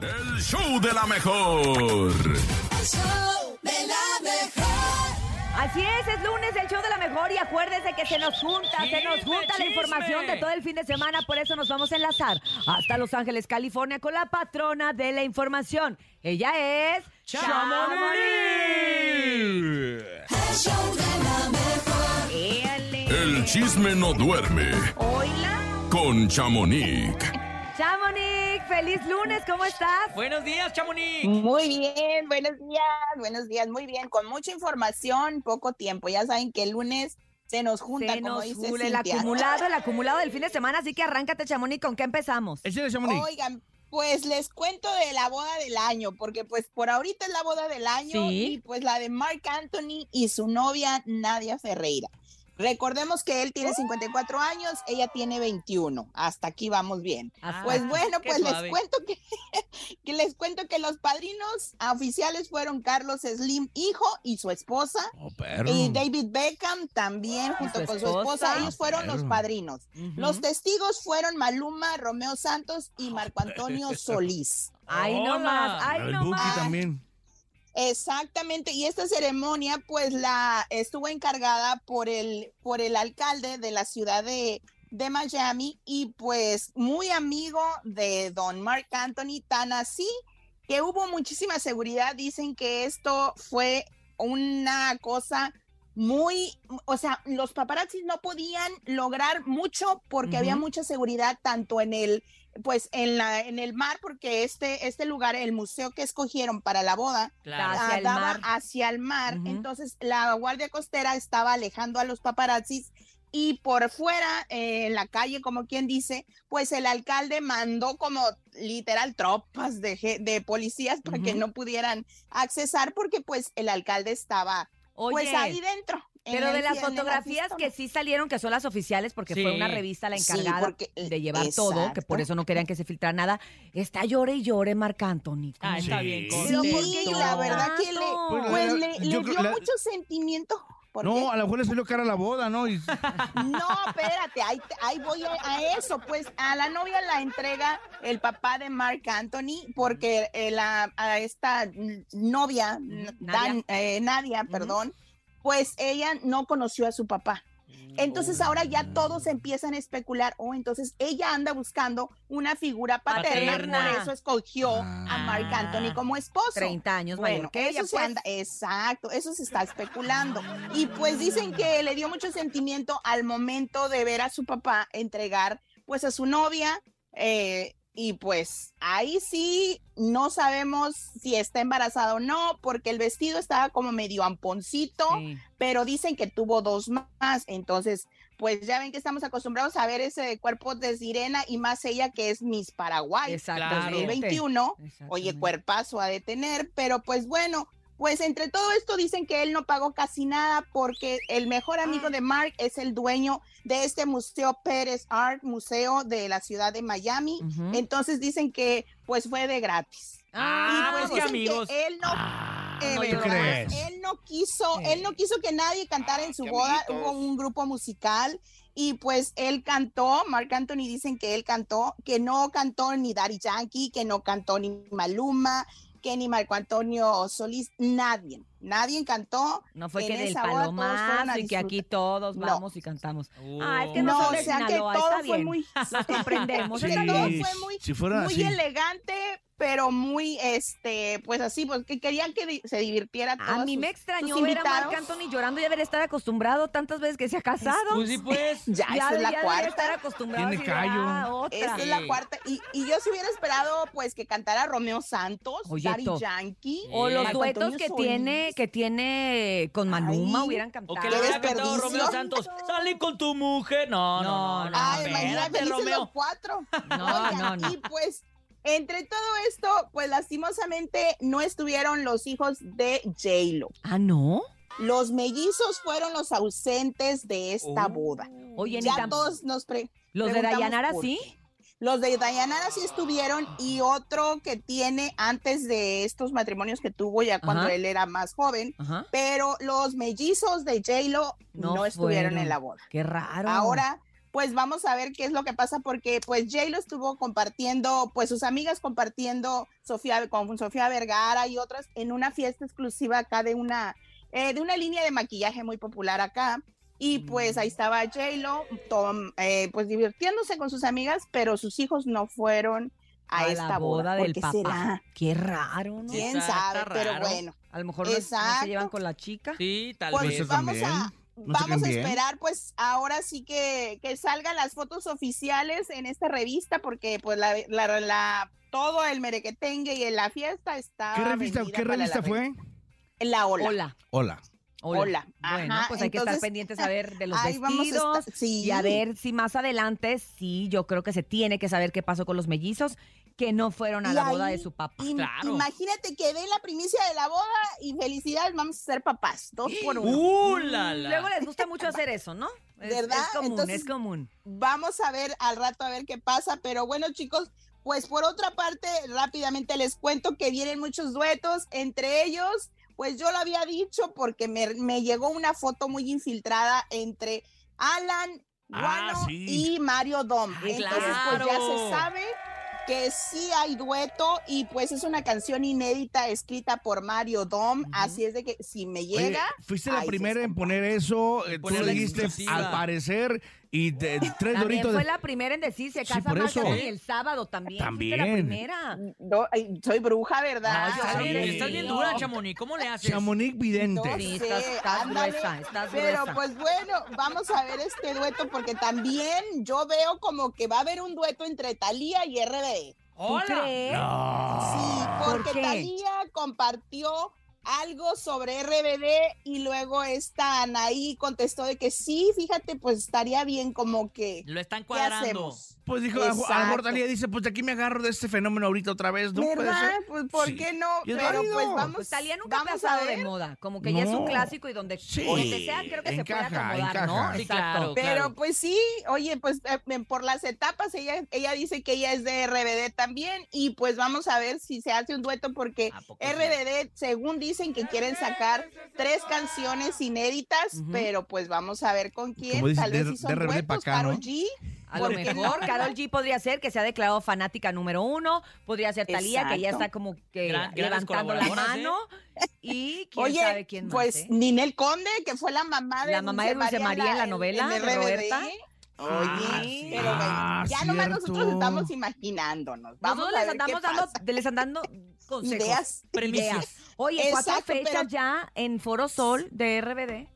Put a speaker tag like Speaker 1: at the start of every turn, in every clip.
Speaker 1: El show de la mejor.
Speaker 2: El show de la mejor.
Speaker 3: Así es, es lunes, el show de la mejor y acuérdese que se nos junta, se nos
Speaker 4: Chisme,
Speaker 3: junta la
Speaker 4: chisme.
Speaker 3: información de todo el fin de semana, por eso nos vamos a enlazar hasta Los Ángeles, California con la patrona de la información. Ella es
Speaker 4: ¡Chamonix!
Speaker 2: El show de la mejor.
Speaker 1: El chisme no duerme
Speaker 3: Hola,
Speaker 1: con Chamonix.
Speaker 3: Chamonix, feliz lunes, ¿cómo estás?
Speaker 4: Buenos días, Chamonix.
Speaker 5: Muy bien, buenos días, buenos días, muy bien, con mucha información, poco tiempo. Ya saben que el lunes se nos junta,
Speaker 3: Se
Speaker 5: como
Speaker 3: nos
Speaker 5: dice
Speaker 3: jule el
Speaker 5: Cintia.
Speaker 3: acumulado, el acumulado del fin de semana, así que arráncate, Chamonix, ¿con qué empezamos?
Speaker 4: Échale, Chamonix.
Speaker 5: Oigan, pues les cuento de la boda del año, porque pues por ahorita es la boda del año
Speaker 3: Sí.
Speaker 5: y pues la de Mark Anthony y su novia Nadia Ferreira. Recordemos que él tiene 54 años, ella tiene 21. Hasta aquí vamos bien.
Speaker 3: Hasta-
Speaker 5: Pues bueno,
Speaker 4: Ah, qué
Speaker 5: pues
Speaker 4: suave.
Speaker 5: les cuento que, que les cuento que los padrinos oficiales fueron Carlos Slim, hijo, y su esposa,
Speaker 4: Oh, perro. Ah,
Speaker 5: y David Beckham también, junto
Speaker 3: su
Speaker 5: con su esposa.
Speaker 3: esposa.
Speaker 5: Ellos fueron los
Speaker 4: Perro.
Speaker 5: padrinos.
Speaker 3: Ujú.
Speaker 5: Los testigos fueron Maluma, Romeo Santos y
Speaker 4: Oh,
Speaker 5: Marco Antonio Solís.
Speaker 3: Ay, no
Speaker 4: Hola.
Speaker 3: más, ay,
Speaker 6: el
Speaker 3: no
Speaker 6: Buki
Speaker 3: más.
Speaker 6: también.
Speaker 5: Ah, Exactamente, y esta ceremonia pues la estuvo encargada por el, por el alcalde de la ciudad de, de Miami y pues muy amigo de don Mark Anthony, tan así que hubo muchísima seguridad, dicen que esto fue una cosa muy, o sea, los paparazzis no podían lograr mucho porque había
Speaker 3: Ujú.
Speaker 5: mucha seguridad tanto en el pues en la en el mar porque este este lugar el museo que escogieron para la boda
Speaker 4: Claro.
Speaker 3: Hacia el
Speaker 5: Ah, daba
Speaker 3: mar.
Speaker 5: hacia el mar.
Speaker 3: Ujú.
Speaker 5: Entonces la guardia costera estaba alejando a los paparazzis y por fuera, eh, en la calle, como quien dice, pues el alcalde mandó como literal tropas de, je- de policías para que
Speaker 3: Ujú.
Speaker 5: no pudieran accesar porque pues el alcalde estaba
Speaker 3: Oye,
Speaker 5: pues ahí dentro. en
Speaker 3: pero
Speaker 5: el-
Speaker 3: de las
Speaker 5: en el
Speaker 3: fotografías que
Speaker 5: artistón.
Speaker 3: sí salieron, que son las oficiales, porque
Speaker 4: Sí.
Speaker 3: fue una revista la
Speaker 5: Sí,
Speaker 3: encargada
Speaker 5: porque-
Speaker 3: de llevar todo, que por
Speaker 5: exacto.
Speaker 3: eso no querían que se filtrara nada, está llore y llore Marc Anthony.
Speaker 4: Ah, está
Speaker 6: Sí.
Speaker 4: bien.
Speaker 5: Pero
Speaker 3: ¿por
Speaker 5: Sí,
Speaker 3: qué
Speaker 5: la
Speaker 3: llora
Speaker 5: verdad que le-
Speaker 3: tanto?
Speaker 6: Pues,
Speaker 5: Pues
Speaker 6: La-
Speaker 5: le,
Speaker 6: yo
Speaker 5: le
Speaker 6: creo-
Speaker 5: dio
Speaker 6: la-
Speaker 5: mucho sentimiento. ¿Por qué?
Speaker 6: No, a lo mejor le salió cara a la boda, ¿no? Y-
Speaker 5: No, espérate, ahí, te- ahí voy a, a eso. Pues a la novia la entrega el papá de Mark Anthony, porque eh, la, a esta mm, novia,
Speaker 3: Ujú,
Speaker 5: Dan- eh, Nadia, perdón, pues ella no conoció a su papá.
Speaker 6: Mm,
Speaker 5: Entonces ahora ya todos empiezan a especular, oh, entonces ella anda buscando una figura paterna,
Speaker 3: Paterna.
Speaker 5: por eso escogió a
Speaker 6: Ah.
Speaker 5: Mark Anthony como esposo.
Speaker 3: 30 años
Speaker 5: Bueno,
Speaker 3: mayor que ella,
Speaker 5: eso se
Speaker 3: pues.
Speaker 5: anda- exacto, eso se está especulando. Y pues dicen que le dio mucho sentimiento al momento de ver a su papá entregar pues a su novia eh, y pues ahí sí no sabemos si está embarazada o no, porque el vestido estaba como medio amponcito,
Speaker 3: Sí.
Speaker 5: pero dicen que tuvo dos más, entonces pues ya ven que estamos acostumbrados a ver ese cuerpo de sirena y más ella que es Miss Paraguay
Speaker 3: Exactamente.
Speaker 5: 2021. Oye,
Speaker 3: Exactamente.
Speaker 5: cuerpazo a detener, pero pues bueno, pues entre todo esto dicen que él no pagó casi nada porque el mejor amigo de Mark es el dueño de este museo Pérez Art Museo de la ciudad de Miami.
Speaker 3: Ujú.
Speaker 5: Entonces dicen que pues fue de gratis.
Speaker 4: Ah,
Speaker 5: y
Speaker 4: pues,
Speaker 5: pues
Speaker 4: qué
Speaker 5: dicen que
Speaker 4: amigos.
Speaker 5: él no eh,
Speaker 3: Ah, no
Speaker 5: ¿verdad?
Speaker 6: llores.
Speaker 5: Él no quiso, él no quiso que nadie cantara en su boda. Hubo un grupo musical y pues él cantó. Mark Anthony dicen que él cantó, que no cantó ni Daddy Yankee, que no cantó ni Maluma, que ni Marco Antonio Solís, nadie, nadie cantó.
Speaker 3: No fue
Speaker 5: en
Speaker 3: que del
Speaker 5: esa boda todos fueron a
Speaker 3: palomazo y que aquí todos
Speaker 5: No.
Speaker 3: vamos y cantamos.
Speaker 4: Oh.
Speaker 3: Ah, es que no
Speaker 5: No,
Speaker 3: son
Speaker 5: o
Speaker 3: de
Speaker 5: sea que
Speaker 3: Sinaloa,
Speaker 5: todo
Speaker 3: está
Speaker 5: fue
Speaker 3: bien.
Speaker 5: muy,
Speaker 3: Los comprendemos.
Speaker 5: Sí.
Speaker 3: está
Speaker 5: todo
Speaker 3: bien.
Speaker 5: fue muy-
Speaker 6: si fuera
Speaker 5: muy
Speaker 6: así.
Speaker 5: elegante, pero muy, este, pues así, porque querían que di- se divirtiera.
Speaker 3: A
Speaker 5: todos
Speaker 3: mí
Speaker 5: sus-
Speaker 3: me
Speaker 5: sus
Speaker 3: extrañó ver a Marc
Speaker 5: invitados.
Speaker 3: Anthony llorando y haber estado acostumbrado tantas veces que se ha casado.
Speaker 4: Pues sí, pues.
Speaker 5: Ya, esa es la
Speaker 3: debería
Speaker 5: cuarta.
Speaker 3: estar acostumbrado.
Speaker 6: Tiene
Speaker 3: así de, ah,
Speaker 6: callo.
Speaker 3: otra.
Speaker 5: Esta es la cuarta. Y, y yo se hubiera esperado, pues, que cantara Romeo Santos,
Speaker 3: Oye,
Speaker 5: Daddy
Speaker 3: to-
Speaker 5: Yankee.
Speaker 3: O los
Speaker 5: Marco
Speaker 3: duetos
Speaker 5: Antonio
Speaker 3: que
Speaker 5: Solís.
Speaker 3: tiene, que tiene con Manuma
Speaker 5: Ay.
Speaker 3: hubieran
Speaker 4: O
Speaker 3: cantado.
Speaker 4: que le hubiera cantado
Speaker 5: desperdicio.
Speaker 4: Romeo Santos. Salí con tu mujer. No, no, no.
Speaker 3: No,
Speaker 5: Ay,
Speaker 3: no,
Speaker 5: Ah, imagínate,
Speaker 4: espérate,
Speaker 5: los
Speaker 4: Romeo.
Speaker 5: cuatro.
Speaker 3: No,
Speaker 5: Oigan,
Speaker 3: no, no.
Speaker 5: Y pues, entre todo esto, pues, lastimosamente, no estuvieron los hijos de J-Lo.
Speaker 3: Ah, no.
Speaker 5: Los mellizos fueron los ausentes de esta
Speaker 4: Oh.
Speaker 5: boda.
Speaker 3: Oye, ni
Speaker 5: Ya
Speaker 3: tam-
Speaker 5: todos nos pre-
Speaker 3: los de
Speaker 5: preguntamos
Speaker 3: Dayanara
Speaker 5: por
Speaker 3: sí.
Speaker 5: qué. Los de Dayanara sí estuvieron y otro que tiene antes de estos matrimonios que tuvo ya cuando
Speaker 3: Ajá.
Speaker 5: él era más joven,
Speaker 3: Ajá.
Speaker 5: pero los mellizos de J-Lo
Speaker 3: No
Speaker 5: no, estuvieron
Speaker 3: fueron.
Speaker 5: en la boda.
Speaker 3: Qué raro.
Speaker 5: Ahora, pues vamos a ver qué es lo que pasa porque pues Jay lo estuvo compartiendo, pues sus amigas compartiendo Sofía con Sofía Vergara y otras en una fiesta exclusiva acá de una eh, de una línea de maquillaje muy popular acá. Y pues
Speaker 3: Mm.
Speaker 5: ahí estaba J-Lo, tom- eh, pues divirtiéndose con sus amigas, pero sus hijos no fueron a,
Speaker 3: A
Speaker 5: esta
Speaker 3: la boda, del
Speaker 5: porque
Speaker 3: papá.
Speaker 5: será?
Speaker 3: Qué raro, ¿no?
Speaker 5: ¿Quién
Speaker 4: Está-
Speaker 5: sabe?
Speaker 4: está
Speaker 5: Pero
Speaker 4: raro.
Speaker 5: bueno,
Speaker 3: A lo mejor no, no se
Speaker 5: Exacto.
Speaker 3: llevan con la chica.
Speaker 4: Sí, tal
Speaker 5: pues
Speaker 4: vez.
Speaker 6: Eso
Speaker 5: vamos
Speaker 6: también.
Speaker 5: a,
Speaker 6: No se
Speaker 5: vamos a
Speaker 6: cambie, ¿eh?
Speaker 5: esperar pues ahora sí que, que salgan las fotos oficiales en esta revista porque pues la, la- la- todo el merequetengue y en la fiesta está
Speaker 6: ¿Qué revista, qué revista fue?
Speaker 5: La Ola. Hola.
Speaker 3: Hola.
Speaker 6: Hola.
Speaker 5: Hola,
Speaker 3: Bueno,
Speaker 5: ajá,
Speaker 3: pues hay que estar
Speaker 5: entonces,
Speaker 3: pendientes a ver de los
Speaker 5: ahí vamos a
Speaker 3: vestidos
Speaker 5: estar- sí.
Speaker 3: y a ver si más adelante sí, yo creo que se tiene que saber qué pasó con los mellizos que no fueron a
Speaker 5: Y
Speaker 3: la boda de
Speaker 5: ahí-
Speaker 3: su papá.
Speaker 5: Im-
Speaker 4: Claro.
Speaker 5: Ah, Imagínate que den la primicia de la boda y felicidades, vamos a ser papás, dos por uno.
Speaker 4: ¡Uh, la, la!
Speaker 3: Luego les gusta mucho hacer eso, ¿no? Es,
Speaker 5: ¿Verdad?
Speaker 3: es común,
Speaker 5: Entonces-
Speaker 3: es común.
Speaker 5: Vamos a ver al rato a ver qué pasa, pero bueno chicos, pues por otra parte rápidamente les cuento que vienen muchos duetos, entre ellos, pues yo lo había dicho porque me, me llegó una foto muy infiltrada entre Alan
Speaker 1: Ah,
Speaker 5: Guano
Speaker 1: sí.
Speaker 5: y Mario Dom.
Speaker 3: Ay,
Speaker 5: Entonces pues ya
Speaker 4: claro.
Speaker 5: se sabe que sí hay dueto y pues es una canción inédita escrita por Mario Dom, así es de que si me
Speaker 6: Oye,
Speaker 5: llega...
Speaker 6: Eh, fuiste la
Speaker 5: ahí se
Speaker 6: primera en
Speaker 5: escapa.
Speaker 6: poner eso, eh, tú
Speaker 4: Poner
Speaker 6: lo
Speaker 4: la
Speaker 6: dijiste
Speaker 4: exclusiva.
Speaker 6: al parecer y te- tres
Speaker 3: También
Speaker 6: doritos.
Speaker 3: fue
Speaker 6: de-
Speaker 3: la primera en decir se
Speaker 6: Sí,
Speaker 3: casa
Speaker 6: por
Speaker 3: Marc
Speaker 6: eso.
Speaker 3: Anthony el sábado también. fuiste La
Speaker 6: También.
Speaker 3: primera.
Speaker 5: No, ay, soy bruja, ¿verdad?
Speaker 3: No, yo
Speaker 4: Estás
Speaker 3: Ay,
Speaker 4: bien,
Speaker 3: sí.
Speaker 4: estás bien dura, Chamonix. ¿Cómo le haces?
Speaker 6: Chamonix Vidente.
Speaker 5: No
Speaker 3: Sí,
Speaker 5: sé,
Speaker 3: estás, estás
Speaker 5: ándale,
Speaker 3: gruesa, estás
Speaker 5: Pero
Speaker 3: gruesa.
Speaker 5: pues bueno, vamos a ver este dueto porque también yo veo como que va a haber un dueto entre Talía y RBD.
Speaker 3: ¿Tú
Speaker 4: ¡Hola!
Speaker 3: crees?
Speaker 5: Sí,
Speaker 3: ¿por
Speaker 5: porque
Speaker 3: qué?
Speaker 5: Talía compartió algo sobre RBD y luego esta Anaí contestó de que sí, fíjate, pues estaría bien como que
Speaker 4: Lo están
Speaker 5: ¿qué
Speaker 4: cuadrando.
Speaker 5: hacemos?
Speaker 6: Pues dijo, a- a lo mejor
Speaker 5: Exacto.
Speaker 6: Talía dice, pues de aquí me agarro de este fenómeno ahorita otra vez, ¿no? Puede
Speaker 5: ¿Verdad?
Speaker 6: ser.
Speaker 5: Pues ¿por
Speaker 6: Sí.
Speaker 5: qué no?
Speaker 6: Y es
Speaker 5: Pero
Speaker 6: válido.
Speaker 5: pues vamos.
Speaker 3: Pues Talía nunca ha
Speaker 5: vamos a
Speaker 3: pasado de
Speaker 5: ver.
Speaker 3: moda, como que ya es un
Speaker 6: No.
Speaker 3: clásico y donde,
Speaker 6: Sí.
Speaker 3: donde sea creo que se puede
Speaker 6: Encaja,
Speaker 3: acomodar, ¿no?
Speaker 6: encaja.
Speaker 4: Sí,
Speaker 3: Exacto.
Speaker 4: claro.
Speaker 5: Pero pues sí, oye, pues eh, em, por las etapas ella, ella dice que ella es de RBD también y pues vamos a ver si se hace un dueto porque
Speaker 6: Ah,
Speaker 4: ¿A
Speaker 6: pues,
Speaker 4: poco sí?
Speaker 5: RBD, según dicen que quieren sacar tres canciones inéditas,
Speaker 3: Ujú.
Speaker 5: pero pues vamos a ver con quién,
Speaker 6: Como dice,
Speaker 5: tal vez
Speaker 6: de-
Speaker 5: si son
Speaker 6: de RBD
Speaker 5: duetos,
Speaker 6: pa' acá,
Speaker 5: Karol
Speaker 6: ¿no?
Speaker 5: G.
Speaker 3: A lo
Speaker 5: ¿Por qué
Speaker 3: mejor
Speaker 5: no?
Speaker 3: Carol G podría ser que se ha declarado fanática número uno, podría ser Talía que ya
Speaker 5: Exacto.
Speaker 3: está como que
Speaker 4: Gran- grandes
Speaker 3: levantando la
Speaker 4: colaboradoras, ¿eh?
Speaker 3: mano y quién
Speaker 5: Oye,
Speaker 3: sabe quién más.
Speaker 5: pues
Speaker 3: ¿eh?
Speaker 5: Ninel Conde, que fue la mamá de
Speaker 3: La mamá de Dulce María en la novela de
Speaker 5: RBD.
Speaker 3: Roberta.
Speaker 5: Oye,
Speaker 4: sí.
Speaker 5: pero bueno,
Speaker 6: Ah,
Speaker 5: ya nomás nosotros
Speaker 6: cierto.
Speaker 5: estamos imaginándonos. Vamos
Speaker 3: Nosotros
Speaker 5: a
Speaker 3: les
Speaker 5: ver qué
Speaker 3: andamos dando,
Speaker 5: pasa.
Speaker 3: les andando consejos.
Speaker 5: ideas.
Speaker 4: Premisas.
Speaker 3: ideas. Oye, cuatro
Speaker 5: Exacto,
Speaker 3: fechas
Speaker 5: pero-
Speaker 3: ya en Foro Sol de RBD.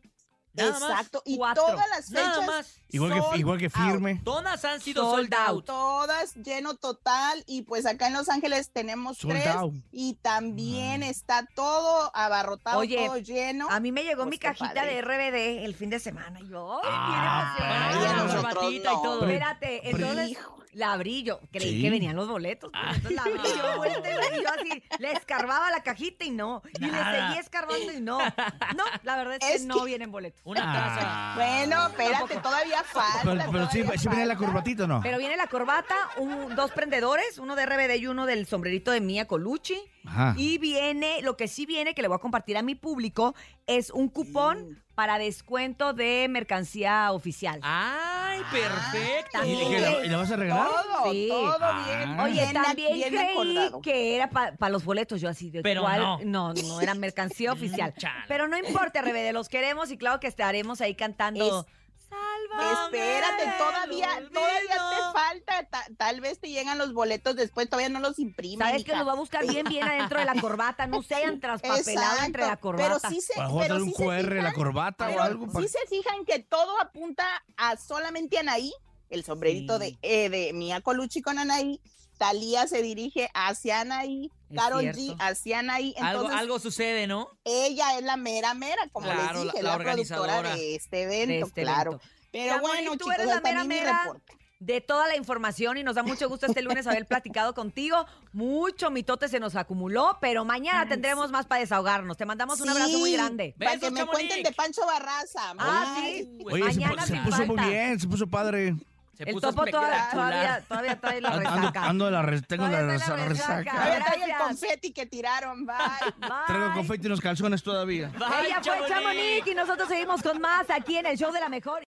Speaker 4: Nada más.
Speaker 5: Exacto. Y
Speaker 3: cuatro.
Speaker 5: todas las fechas.
Speaker 4: Nada más.
Speaker 6: Igual que,
Speaker 5: sold
Speaker 6: igual que firme.
Speaker 4: Todas han sido
Speaker 3: Sold
Speaker 4: sold
Speaker 5: out.
Speaker 4: out.
Speaker 5: Todas lleno total. Y pues acá en Los Ángeles tenemos
Speaker 6: Sold
Speaker 5: tres.
Speaker 6: out. Ah.
Speaker 5: Y también está todo abarrotado,
Speaker 3: Oye,
Speaker 5: todo lleno.
Speaker 3: A mí me llegó
Speaker 5: Pues
Speaker 3: mi
Speaker 5: qué
Speaker 3: cajita
Speaker 5: padre.
Speaker 3: de RBD el fin de semana. y Yo, ay,
Speaker 6: Ah,
Speaker 3: bien
Speaker 4: Bueno,
Speaker 3: emocionada.
Speaker 5: Ay, a
Speaker 4: la
Speaker 5: nosotros
Speaker 4: corbatita y
Speaker 5: no.
Speaker 4: todo.
Speaker 3: Espérate, entonces
Speaker 5: Hijo,
Speaker 3: la abrí yo. Creí
Speaker 6: Sí.
Speaker 3: que venían los boletos. pues, Entonces la abrí yo,
Speaker 4: Ah.
Speaker 3: vuelta, y yo así le escarbaba la cajita y no. Y le
Speaker 4: Nada.
Speaker 3: seguí escarbando y no. No, la verdad es,
Speaker 5: Es
Speaker 3: que,
Speaker 5: que-
Speaker 3: no vienen boletos.
Speaker 4: Una taza.
Speaker 5: Bueno, espérate, todavía falta.
Speaker 6: Ah. Pero, pero sí,
Speaker 5: todavía
Speaker 6: sí viene la
Speaker 5: falta.
Speaker 6: curvatita, o ¿no?
Speaker 3: Pero viene la corbata, un- dos prendedores, uno de RBD y uno del sombrerito de Mia Colucci.
Speaker 6: Ajá.
Speaker 3: Y viene, lo que sí viene, que le voy a compartir a mi público, es un cupón para descuento de mercancía oficial.
Speaker 4: Ah. ¡Ay, perfecto!
Speaker 6: ¿Y,
Speaker 3: también.
Speaker 6: y que la, y la vas a regalar?
Speaker 5: Todo,
Speaker 3: Sí.
Speaker 5: todo
Speaker 6: Ah.
Speaker 5: bien.
Speaker 3: Oye,
Speaker 5: bien,
Speaker 3: también
Speaker 5: bien
Speaker 3: creí
Speaker 5: acordado.
Speaker 3: que era para los boletos, yo así de
Speaker 4: Pero
Speaker 3: cuál-
Speaker 4: no. Mm,
Speaker 3: no, no, era mercancía oficial.
Speaker 4: Chale.
Speaker 3: Pero no importa, Rebede, los queremos y claro que estaremos ahí cantando. Sálvame
Speaker 5: Espérate,
Speaker 3: del
Speaker 5: todavía, todavía
Speaker 3: olvido.
Speaker 5: te falta. ta- tal vez te llegan los boletos después, todavía no los imprimen.
Speaker 3: Sabes que
Speaker 5: hija.
Speaker 3: los va a buscar bien, bien adentro de la corbata, no sean traspapelados
Speaker 5: Exacto,
Speaker 3: entre la corbata.
Speaker 5: Pero sí se,
Speaker 6: O a lo mejor
Speaker 5: pero
Speaker 6: trae un
Speaker 5: sí se
Speaker 6: QR en la
Speaker 5: fijan-
Speaker 6: corbata o
Speaker 5: pero
Speaker 6: algo. pa-
Speaker 5: sí se fijan que todo apunta a solamente Anaí, el sombrerito
Speaker 3: Sí.
Speaker 5: de, eh, de Mia Colucci con Anaí. Talía se dirige hacia Anaí,
Speaker 3: Es
Speaker 5: Carol G
Speaker 3: cierto.
Speaker 5: hacia Anaí.
Speaker 4: Algo,
Speaker 5: Entonces,
Speaker 4: algo sucede, ¿no?
Speaker 5: ella es la mera mera, como
Speaker 4: Claro,
Speaker 5: les dije,
Speaker 4: la- la
Speaker 5: la, productora
Speaker 4: organizadora
Speaker 5: de este
Speaker 3: de
Speaker 5: evento,
Speaker 3: este
Speaker 5: claro.
Speaker 3: evento.
Speaker 5: Pero
Speaker 3: Chamonix,
Speaker 5: bueno,
Speaker 3: tú
Speaker 5: chicos,
Speaker 3: eres la
Speaker 5: hasta
Speaker 3: mera
Speaker 5: ahí mi
Speaker 3: mera.
Speaker 5: reporte.
Speaker 3: de toda la información y nos da mucho gusto este lunes haber platicado contigo. Mucho mitote se nos acumuló, pero mañana tendremos más para desahogarnos. Te mandamos un abrazo muy
Speaker 5: Sí,
Speaker 3: grande.
Speaker 5: Para
Speaker 4: Besos,
Speaker 5: que me
Speaker 4: Chamonix.
Speaker 5: cuenten de Pancho Barraza.
Speaker 3: Ah,
Speaker 5: Ay,
Speaker 3: sí.
Speaker 6: Oye, se
Speaker 3: Mañana
Speaker 6: pu- se,
Speaker 3: sin
Speaker 6: puso muy
Speaker 3: falta.
Speaker 6: bien, se puso padre.
Speaker 4: Se
Speaker 3: El
Speaker 4: puso
Speaker 3: topo toda-
Speaker 4: espectacular.
Speaker 3: todavía, todavía trae la
Speaker 6: Ando- Ando,
Speaker 3: resaca.
Speaker 6: ando de la res- tengo la,
Speaker 3: Todavía
Speaker 6: res-
Speaker 3: está la
Speaker 6: resaca.
Speaker 3: resaca.
Speaker 5: Ahorita hay el
Speaker 3: Gracias.
Speaker 5: confeti que tiraron, bye.
Speaker 6: Traigo
Speaker 3: Bye.
Speaker 6: confeti en los calzones todavía.
Speaker 4: Bye,
Speaker 3: Ella fue
Speaker 4: Chamonix.
Speaker 3: Chamonix y nosotros seguimos con más aquí en el show de la mejor.